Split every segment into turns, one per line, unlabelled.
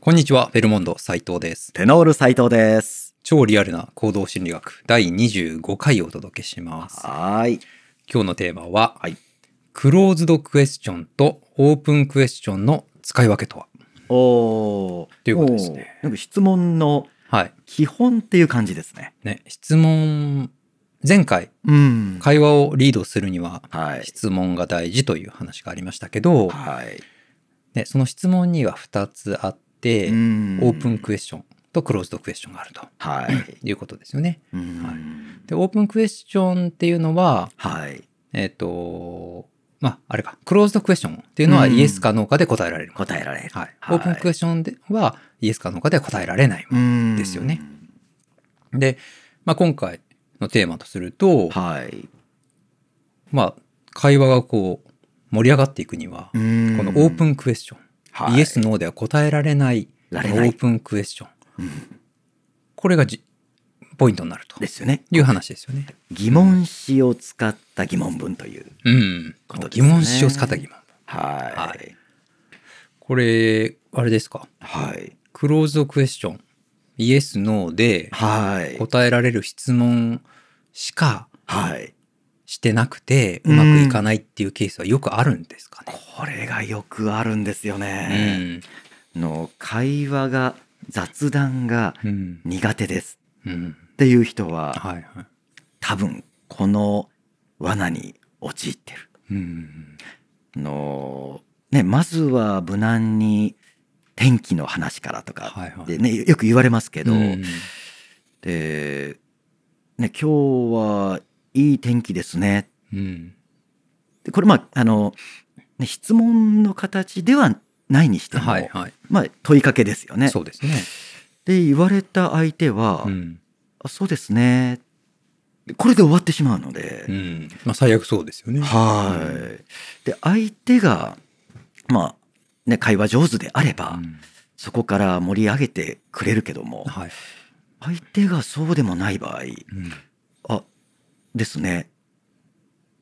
こんにちは、フェルモンド斉藤です。
テノール斉藤です。
超リアルな行動心理学第25回をお届けします。
はーい。
今日のテーマは、
はい
クローズドクエスチョンとオープンクエスチョンの使い分けとは
おー。
ていうことですね
おーなんか質問の
はい。
基本っていう感じですね。
ね、質問、前回
うん
会話をリードするには
はい。
質問が大事という話がありましたけど、
はい。
ね、その質問には2つあって、
うん
オープン。クエスチョンとクローズドクエスチョンがあると
はい。
いうことですよね。
うん
で、オープンクエスチョンっていうのは、
はい。
えっ、と、まあ、あれか、クローズドクエスチョンっていうのは
うん
イエスかノーかで答えられるもの。
答えられる。
はい。
は
オ
い
ープンクエスチョンではイエスかノーかでは答えられないも
うん
ですよね。の。で、まあ、今回のテーマとすると、
はい。
まあ、会話がこう、盛り上がっていくには、
こ
この
の
オープンクエスチョン、イエス、ノーでは答えられない、こ
られ
の
ない
オープンクエスチョン。これがじポイントになると
ですよね。
いう話ですよね。
疑問詞を使った疑問文という。
うん。
ことです
疑
ね
問詞を使った疑問。は
はいい。
これ、あれですか
はい。
クローズドクエスチョン、イエス、ノーで
はい。
答えられる質問しか
はい。
してなくて、う
うん
まくいかないっていうケースはよくあるんですかね。
これがよくあるんですよ
う
ね。
ん。
の会話が雑談が
うん。
苦手です
うん。
っていう人は
はいはい。
多分この罠に陥ってる。
うん。
あのね、まずは無難に天気の話からとか
はいはい。
でねよく言われますけど、
うん
でね、今日はいい天気ですね
うん。
でこれまああの、ね、質問の形ではないにしても、
はいはい。
まあ、問いかけですよね。
そうですね。
で言われた相手は、
うん。
あそうですねでこれで終わってしまうので、
うん。まあ最悪そうですよね。
はいで相手がまあね会話上手であれば、
うん
そこから盛り上げてくれるけども
はい。
相手がそうでもない場合
うん
あですね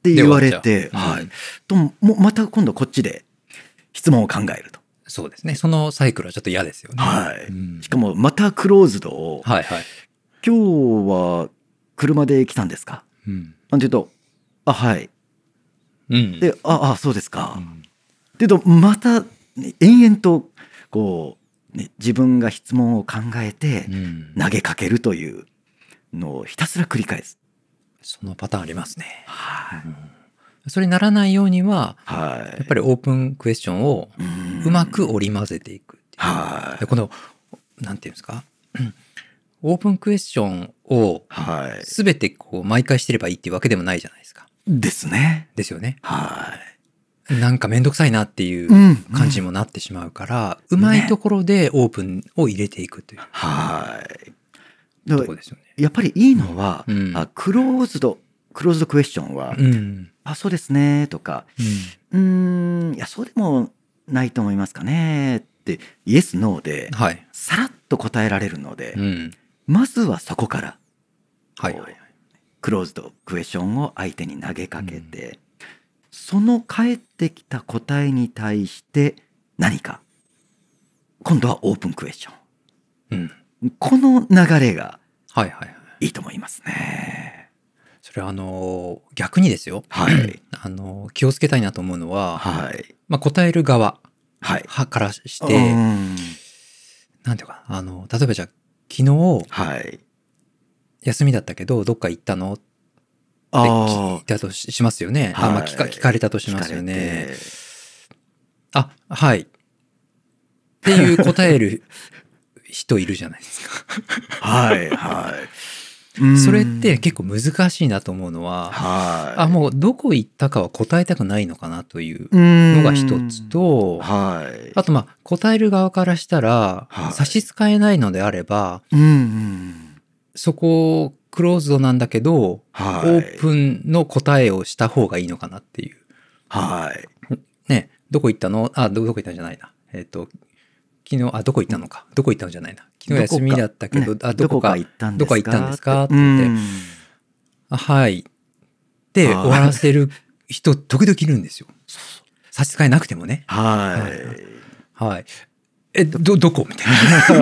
って言われ
で、
て
終わっちゃう
は
うん
い、ともまた今度こっちで質問を考えると、
そうですね。そのサイクルはちょっと嫌ですよね。
はい
うん
しかもまたクローズドを
はいはい。
「今日は車で来たんですか?
うん。」
なんて言うと「あはい」
うん。
で「ああそうですか」
うん
って言うとまたね延々とこう、ね、自分が質問を考えて
うん
投げかけるというのをひたすら繰り返す。
そのパターンありますね。
はい
それにならないようには、
は
や
い、
っぱりオープンクエスチョンをうまく織り交ぜていくっていう
は
で
い
この、なんていうんですか、オープンクエスチョンを
はい
全てこう毎回してればいいっていうわけでもないじゃないですか。
ですね。
ですよね。
は
なんかめんどくさいなってい
い。
うん感じ。もなってしまうから、うまいところでオープンを入れていくという
はい。
と
だ
こ
か
ろ
ら
ですよね。
やっぱりいいのは、
うん
あクローズドクローズドクエスチョンは、
うん。うん
あそうですねとか、うーんいやそうでもないと思いますかねってイエスノーで
はい。
さらっと答えられるので
う、ん。
まずはそこから
はいはいはい。
クローズドクエスチョンを相手に投げかけて、その返ってきた答えに対して何か今度はオープンクエスチョン
うん。
この流れが
はいはいはい。
いいと思いますね。
それはあのー、逆にですよ。
はい。
あのー、気をつけたいなと思うのは、
はい。
まあ、答える側
はい。
はからして、
うん
なんていうか、あの、例えばじゃあ、昨日、
はい。
休みだったけど、どっか行ったのって聞
あ
いたとししますよね。あまあ
はい
聞か、聞かれたと
あ、
しますよ
聞か
ね
れ。て。
あ、はい。っていう答える人いるじゃないですか。
はい。はいう ん。
それって結構難しいなと思うのは、
は
あ、もうどこ行ったかは答えたくないのかなという
い。の
のが一つ、と、
はい。
あとまあ答える側からしたら、
はい
差し支えないのであれば、
うんうん。
そこをクローズドなんだけど、
はい。
オープンの答えをした方がいいのかなっていう。
はい。
ね、どこ行ったのあ、どどこ行ったんじゃないな。えっ、と、昨日、あ、どこ行ったのか。どこ行ったのじゃないな。昨日休みだったけど、
ね
あ、どこか、
行ったんですか
どこか行ったんですかって
う
言って
ん
あはい。って
はい
終わらせる人、時々いるんですよ。差し支えなくてもね。
はい。
はい。え、ど、どこみたい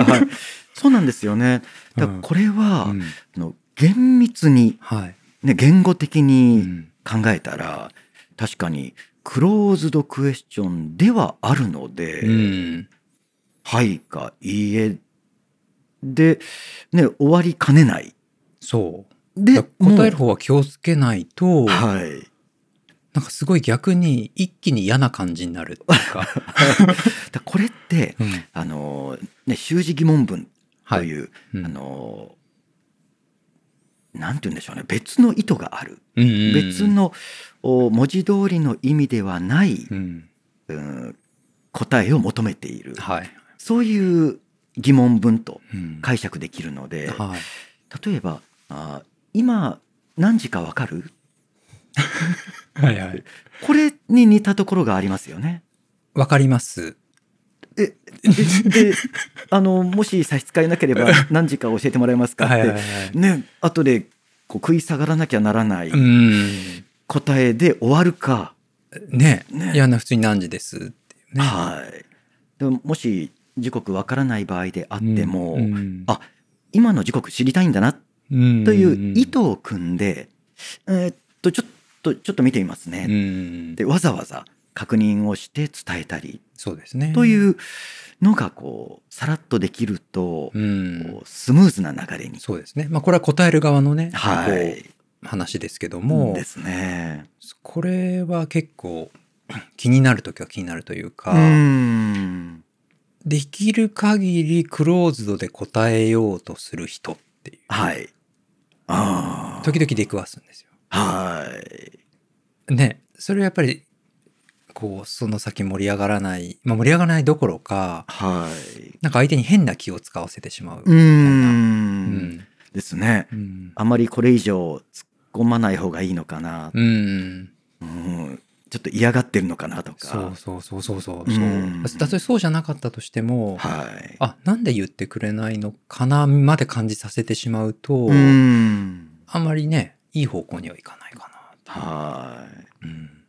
はいそうなんですよね。だからこれ
な。
は、
うん
あの厳密に、
はい。
ね、言語的
う
に
ん
考えたら、確かにクローズドクエスチョンではあるので、
うん。
はいかいいえで、ね、終わりかねない。
そう。
で
だから答える
も
方は気をつけないと
う、はい。
なんかすごい逆に一気に嫌な感じになるっていう か。
だこれって
うん
あの、ね、習字疑問文
は
と
い。
いう、
うん
あのなんて言うんでしょうね別の意図がある、
うんうんうん
別。のお文字通りの意味ではない、
うん。
うん答えを求めている
はい。
そういう疑問文と
うん
解釈できるので
はい。
例えばあ「今何時かわかる?
はいはい。」
これに似たところがありますよね。
わかります。
でであのもし差し支えな ければ何時か教えてもらえますかって、
はいはいはい。
ね後でこう食い下がらなきゃならない
うん。
答えで終わるか、
ね
ね
いや、な普通に何時ですっていうね。
はいでももし時刻わからない場合であっ
うん
ても、
うん
あ今の時刻知りたいんだな
うん
という意図を組んで、えーっとちょっとちょっと見てみますね、
うん
でわざわざ確認をして伝えたり
そうですね。
と
う
いうのがこうさらっとできると、
ん
こうスムーズな流れに、
そうですね。まあ、これは答える側のね、
は
こ
いう
話ですけども
で、すね。
これは結構気になるときは気になるというか、
うん
できる限りクローズドで答えようとする人っていう、
はい。ああ。
時々出くわすんですよ。
はい。
ね、それはやっぱり、こう、その先盛り上がらない、まあ、盛り上がらないどころか、
はい。
なんか相手に変な気を使わせてしまう。
うー。
うんん。
ですね。
うん。
あまりこれ以上突っ込まない方がいいのかな。
うん
うんちょっと嫌がってるのかなとか。
そうそうそうそうそう
う
そ
ん
う。たとえそうじゃなかったとしても、
はい。
あ、なんで言ってくれないのかなまで感じさせてしまうと、
うーん。
あんまりね、いい方向にはいかないか
は
な。うん。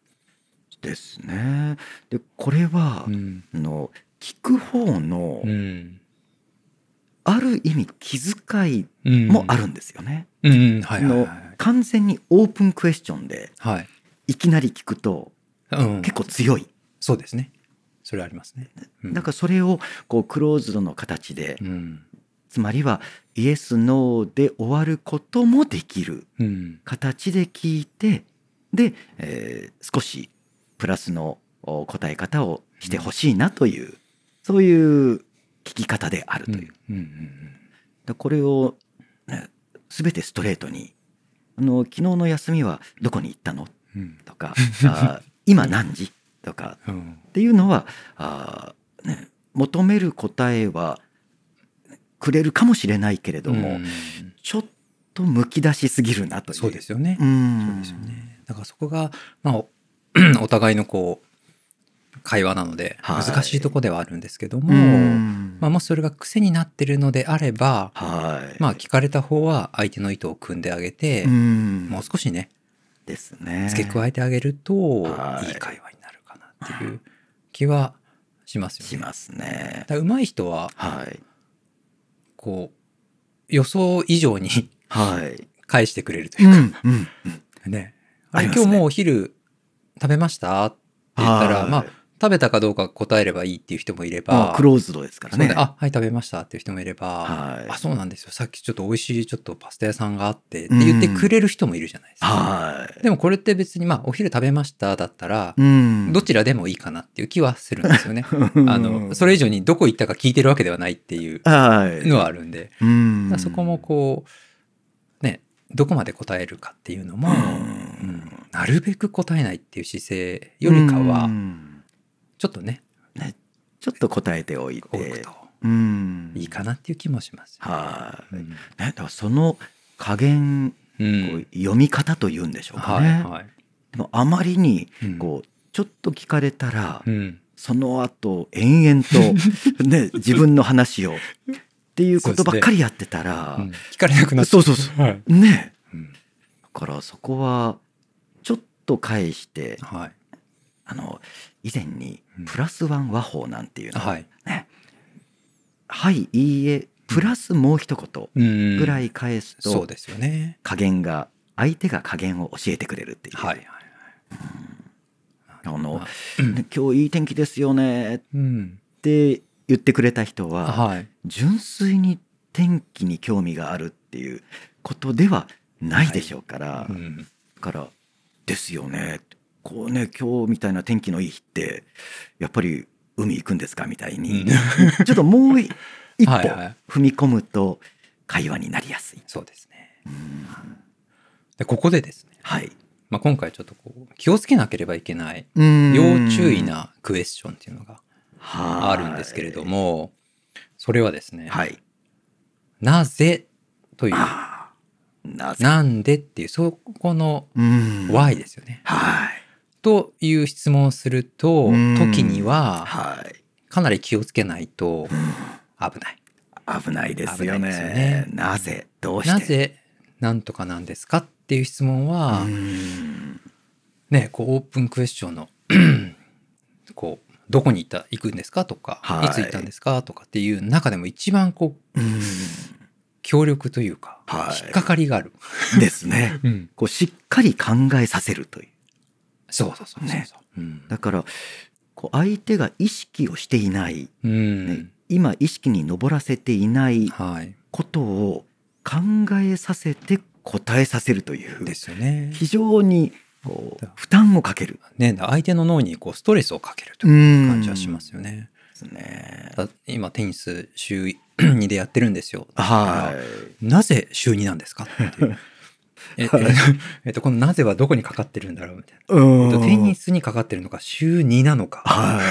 い。ですね。で、これは
う、ん。
あの、聞く方の
う、ん。
ある意味気遣い
うん
もあ。るんですよね。
うんうん。はいはい
の
はい。
完全にオープンクエスチョンで
はい。
いきなり聞くと
うん。
結構強い。
そうですね。それありますね。うん
だからそれをこうクローズドの形で、
うん。
つまりはイエス・ノーで終わることもできる
うん。
形で聞いてで、えー少しプラスのお答え方をしてほしいなという、そういう聞き方であると
う
い
ん
う、
うんうん
だこれを、ね、全てストレートに「あの昨日の休みはどこに行ったの?
うん」
とか「あー今何時?」とか
うんうん
っていうのはあー、ね、求める答えはくれるかもしれないけれども、
うん
ちょっとむき出しすぎるなという
そうですよね
う。ん
そうですよね。だからそこが、まあ、おお互いのこう、会話なので、
はい
難しいとこではあるんですけども、
うん
まあ、もしそれが癖になってるのであれば、
はい
まあ、聞かれた方は相手の意図を組んであげて、
うん
もう少しね、
ですね
付け加
え
えてあげると、
はい
いい会話になるかなっていう気はしますよね。
しますね
だから上手い人は、
はい
こう、予想以上に
はい
返してくれると
う
い
ん
う
う
か、
んうん
ね。
あ
あ
り
れ、
ますね
今日もうお昼食べましたって言った
は
ら、
い
まあ、食べたかどうか答えればいいっていう人もいれ
ま
ば、
あクローズドですから
そう
ね
ねあ、はい、食べましたっていう人もいれば、
はい
あ、そうなんですよ。さっきちょっと美味しいちょっとパスタ屋さんがあってって言ってくれる人もいるじゃないですか。
はい
でもこれって別に、まあ、お昼食べましただったら、
うん
どちらでもいいかなっていう気はするんですよね。あの、そ
れ
れ以上にどこ行ったか聞いてるわけではないっていう
はい
のはあるんで、
うん
だからそこもこう、ね、どこまで答えるかっていうのも、
うん
うんなるべく答えないっていう姿勢よりか
う
は、
ん
ちょっとね、
ちょっと答えておい
多く
て
と
うん
いいかなっていう気もします。
はい、
う
ね
ん
だからその加減こ
う。
うん読み方というんでしょうかね、
はいはい。
でもあまりに
うん
こうちょっと聞かれたら、
うん。
その後延々 と、ね、自分の話をっていうことばっかりやってたら
うん聞かれなくなっちゃ。
そうそうそう
はい。
うね
うん
だからそこはちょっと返して
はい。
あの以前に
うん
プラスワン和法なんていうのを
はい。
はいいいえプラスもう一言
うん
ぐらい返すと、
そうですよね。
加減が相手が加減を教えてくれるっていう、
はいはい。
あの
まあ
ね今日いい天気ですよねっ
うん。
て言ってくれた人は
はい。
純粋に天気に興味があるっていうことではないでしょうから、
うん
だから「ですよね」こうね今日みたいな天気のいい日ってやっぱり海行くんですかみたいに、
うん
ちょっともうい一
はい
歩
はい
踏み込むと会話になりやすい。
そうですね。
うん
で、ここでですね、
はい、
まあ、今回ちょっとこう、気をつけなければいけない、
要
要注意なクエスチョンっていうのがあるんですけれども、それはですね、
はい。
なぜという、
ああ、なぜ。
なんでっていう、そこの
うん。
why ですよね。
はい。
という質問をすると、
うん
時には、
はい。
かなり気をつけないと危ない。
危ないですよ
危な
ね。
いですよね
なぜ、どうして。
なぜなんとかなんですかっていう質問は、
うん
ねこうオープンクエスチョンの こうどこに行った行くんですかとか、
はい
い、つ行ったんですかとかっていう中でも一番こう
うん
協力というか、
はい
引っかかりがある、
ですね。
うん、
こう、しっかり考えさせるという。
そうそうそうそうそう、
ね
うん
だから、こう、相手が意識をしていない、
うん
ね今、意識に上らせていない
はい
ことを考えさせて答えさせるという、
ですよね
非常に、こう、負担をかける。
ね相手の脳にこうストレスをかけるという
感
感じはしますよね、
ですね。
だ今テニス週2でやってるんですよ
はい。
なぜ週2なんですかっていう。 ええ
はい
えっと、このなぜはどこにかかってるんだろうみたいな。え
う
っ
ん
と、テニスにかかってるのか、週2なのか、
は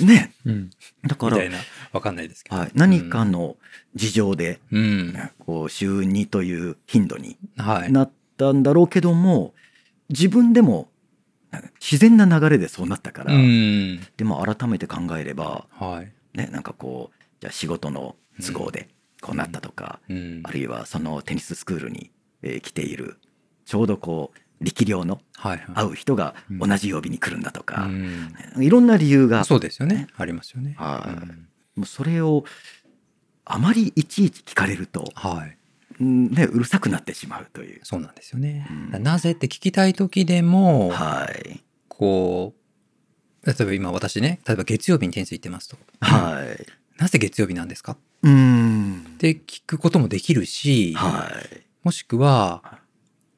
い。ね。
うん
だか
み
ら
た、いな、わかんないですけど。
はい、何かの事情で、
うん。
こう、週2という頻度に
はい。
なったんだろうけども、自分でも、なんか自然な流れでそうなったから、
うん。
でも改めて考えれば、
はい。
ね、なんかこう、じゃあ仕事の都合でこうなったとか、
うん
あ。るいはそのテニススクールに、えー来ている、ちょうどこう、力量の
はい。
合う人が
うん
同じ曜日に来るんだとか、
うん
いろんな理由が
そうですよね
ね。
ありますよね。
はい
うん
もうそれをあまりいちいち聞かれると、
はい。
うんね、うるさくなってしまうという。
そうなんですよね
うん。
だからなぜって聞きたい時でも、
はい。
こう、例えば今私ね、例えば月曜日にテニス行ってますと。
はい。
なぜ月曜日なんですかっ
うん。
て聞くこともできるし、
はい。
もしくは、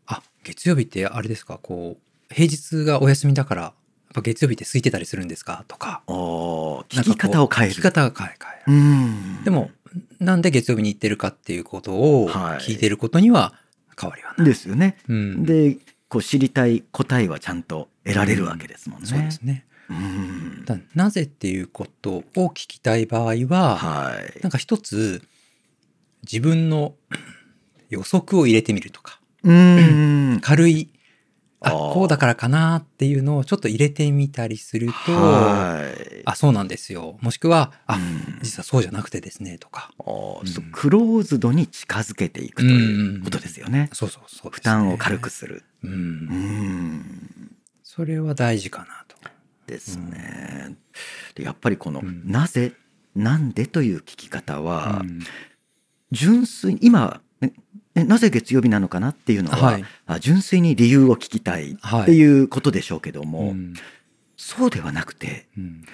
あ、月曜日ってあれですか、こう、平日がお休みだから、やっぱ月曜日って空いてたりするんですかとか。
おー聞
なんかこ
き
う
方を変え
聞き
る。
方を変え、変え
う。ん。
でも、なんで月曜日に行ってるかっていうことを
はい
聞いてることには変わりはない。
ですよね。
うん。
で、こう知りたい答えはちゃんと得られるわけですもんね。
そうですね。
うん。
だなぜっていうことを聞きたい場合は、
はい
なん。か一つ、自分の 予測を入れてみるとか、
うん。
軽い、あ、
あー
こうだからかなっていうのをちょっと入れてみたりすると、
はい。
あ、そうなんですよ。もしくは、あ、
うん
実はそうじゃなくてですね、とか。
あーそう
うん
クローズドに近づけていくということですよね。
そうそうそう、
負担を軽く。する。
う。
うんん
それは大事かなと。
ですね。でやっぱりこの
うん
「なぜ?」「なんで?」という聞き方は
うん
純粋に今ねねなぜ月曜日なのかなっていうの
は
はいあ純粋に理由を聞きたい
はい
っていうことでしょうけど
う
も
ん
そうではなくて
うん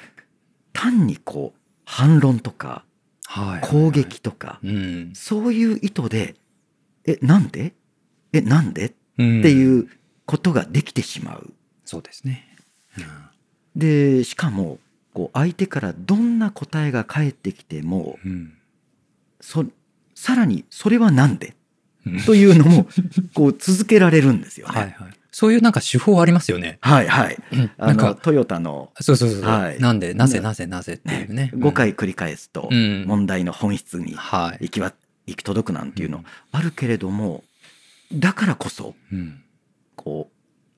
単にこう反論とか
はい。
攻撃とか
うん。
そういう意図で「えなんでえなんで?」
うん。
って
う
い
ん。
うことができてしまう。
そうですね。
でしかもこう相手からどんな答えが返ってきても
うん。
そさらに「それはなんで?
うん」
というのもこう続けられるんですよね。
はいはい。そういうなんか手法ありますよね。
はい、はい
うん
あ
なんか、
のトヨタの
そうそうそうそう。
はい
なんで、なぜ
ね
なぜなぜっていうね。
5回繰り返すと
うん。うん。
問題の本質に
はい。
行きわ行き届くなんていうのあるけれどもだからこそ
うん。
こ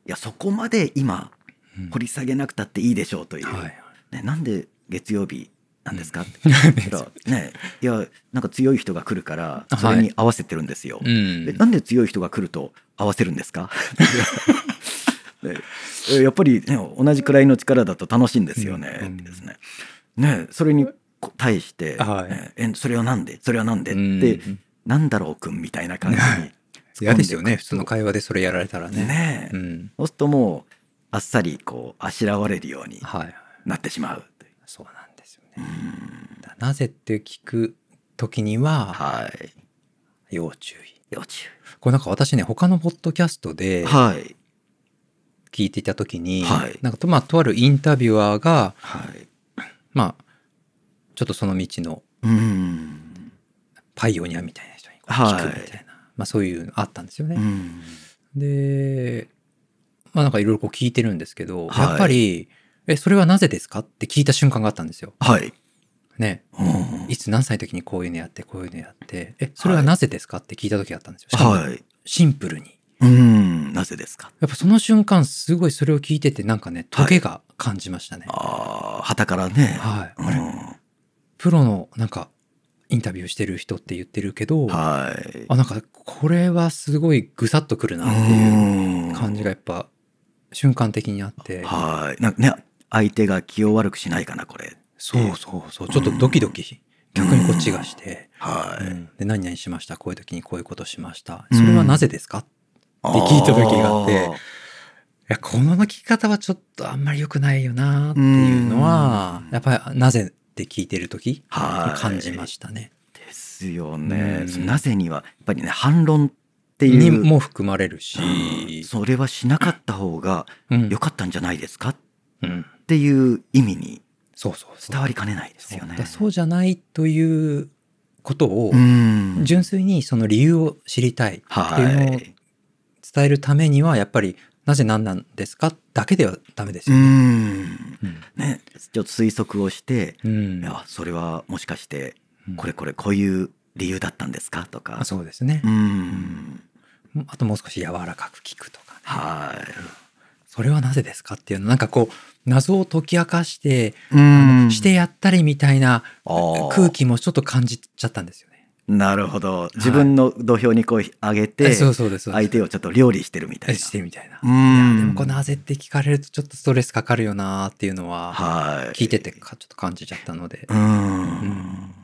ういやそこまで今
うん
掘り下げなくたっていいでしょうという、
はい。
ね、なんで月曜日なんですかって
なんで
だからね、いやなんか強い人が来るから
はい
それに合わせてるんですよ、
うん
えなんで強い人が来ると合わせるんですか ねえやっぱり、ね、同じくらいの力だと楽しいんですよね、
うん
ですねねそれにこ対して、
はい
ええそれはなんでそれはなんで」っ
うん
て、なんだろうくんみたいな感じに
嫌ですよね、普
そ
通の会話でそれやられたらね。
ねえ
うん。
そうするともうあっさりこうあしらわれるように
はい。
なってしまうという
そうなんですよ
う
ね。
ん
だなぜって聞くときには、
はい
要注意。
要注
これなんか私ね、他のポッドキャスト
意
で
はい
聞いていたときに、
はい
なんかと、まあ、とあるインタビュアーが、
はい
まあ、ちょっとその道の
うん
パイオニアみたいな人にこう聞くみたいな、まあそういうのあったんですよね。
うん
で、まあなんかいろいろこう聞いてるんですけど、
はい
やっぱり、え、それはなぜですかって聞いた瞬間があったんですよ。
はい
ね。
うん
いつ何歳の時にこういうのやって、こういうのやって、え、それはなぜですかって聞いた時があったんですよ。しかも
はい
シンプルに。
うんなぜですか
やっぱその瞬間、すごいそれを聞いてて、なんかね、トゲが感じましたね。
ああ旗からね
はい。
うん
あれプロの、なんか、インタビューしてる人って言ってるけど、
はい
あ、なんか、これはすごいぐさっとくるなっていう
うん
感じがやっぱ、瞬間的にあって、
はいなんかね相手が気を悪くしないかなこれ
そうそうそう、ちょっとドキドキ、逆にこっちがして、
は
う
い
んで、何々しました、こういう時にこういうことしました、それはなぜですかって聞いた時があって
ー
いや、この聞き方はちょっとあんまり良くないよなっていうのは
う、ん
やっぱりなぜって聞いてる時
はい
感じましたね。
ですよね
う。ん
そのなぜにはやっぱりね反論ってい
に
う
も含まれるし、
うんそれはしなかった方が
うん
良かったんじゃないですかっ
うん
ていう意味に
そうそうそう
伝わりかねないですよ
そうだ
ね
から。そうじゃないということを
う、ん
純粋にその理由を知りたいっていうのを
はい。
伝えるためには、やっぱりなぜ何なんですかだけではダメです
う
よね。う
ん
ん
ねちょっと推測をして、
うん
いやそれはもしかして
うん
これこれこういう理由だったんですかとか
あ。そうですね
う。ん
あともう少し柔らかく聞くとかね。
はい。
それはなぜですかっていうのなんかこう謎を解き明かして、
うん
してやったりみたいな
あー
空気もちょっと感じちゃったんですよね。
なるほど自分の土俵にこう上げて、
あそうそうですそうで
相
す。
手をちょっと料理してるみたいな。
してみたいな。
う
い
ん
やでもこの「ぜ」って聞かれるとちょっとストレスかかるよなーっていうのは
はい。
聞いててかちょっと感じちゃったので
うーん。
うん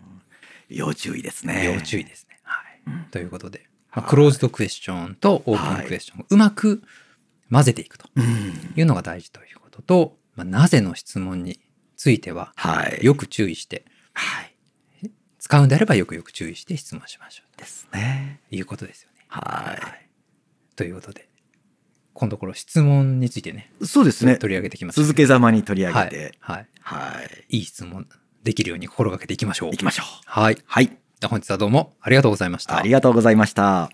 要注意ですね。
要注意ですね。はい
うん
ということで、まあ
はい
クローズドクエスチョンとオープンクエスチョンをうまく混ぜていくと
うん。
いうのが大事ということと、まあ、なぜの質問については
はい。
よく注意して
はい。
使うんであればよくよく注意して質問しましょう
ですね。
ということですよね。
は
ということで、今度この質問についてね、
い。そうですね。
取り上げてきましたね、
続けざまに取り上げ
はい
て。
はい。
はい。
いい質問できるように心がけていきましょう
行。きましょう。
はい。
はい。
本日はどうもありがとうございました
あり。がとうございました。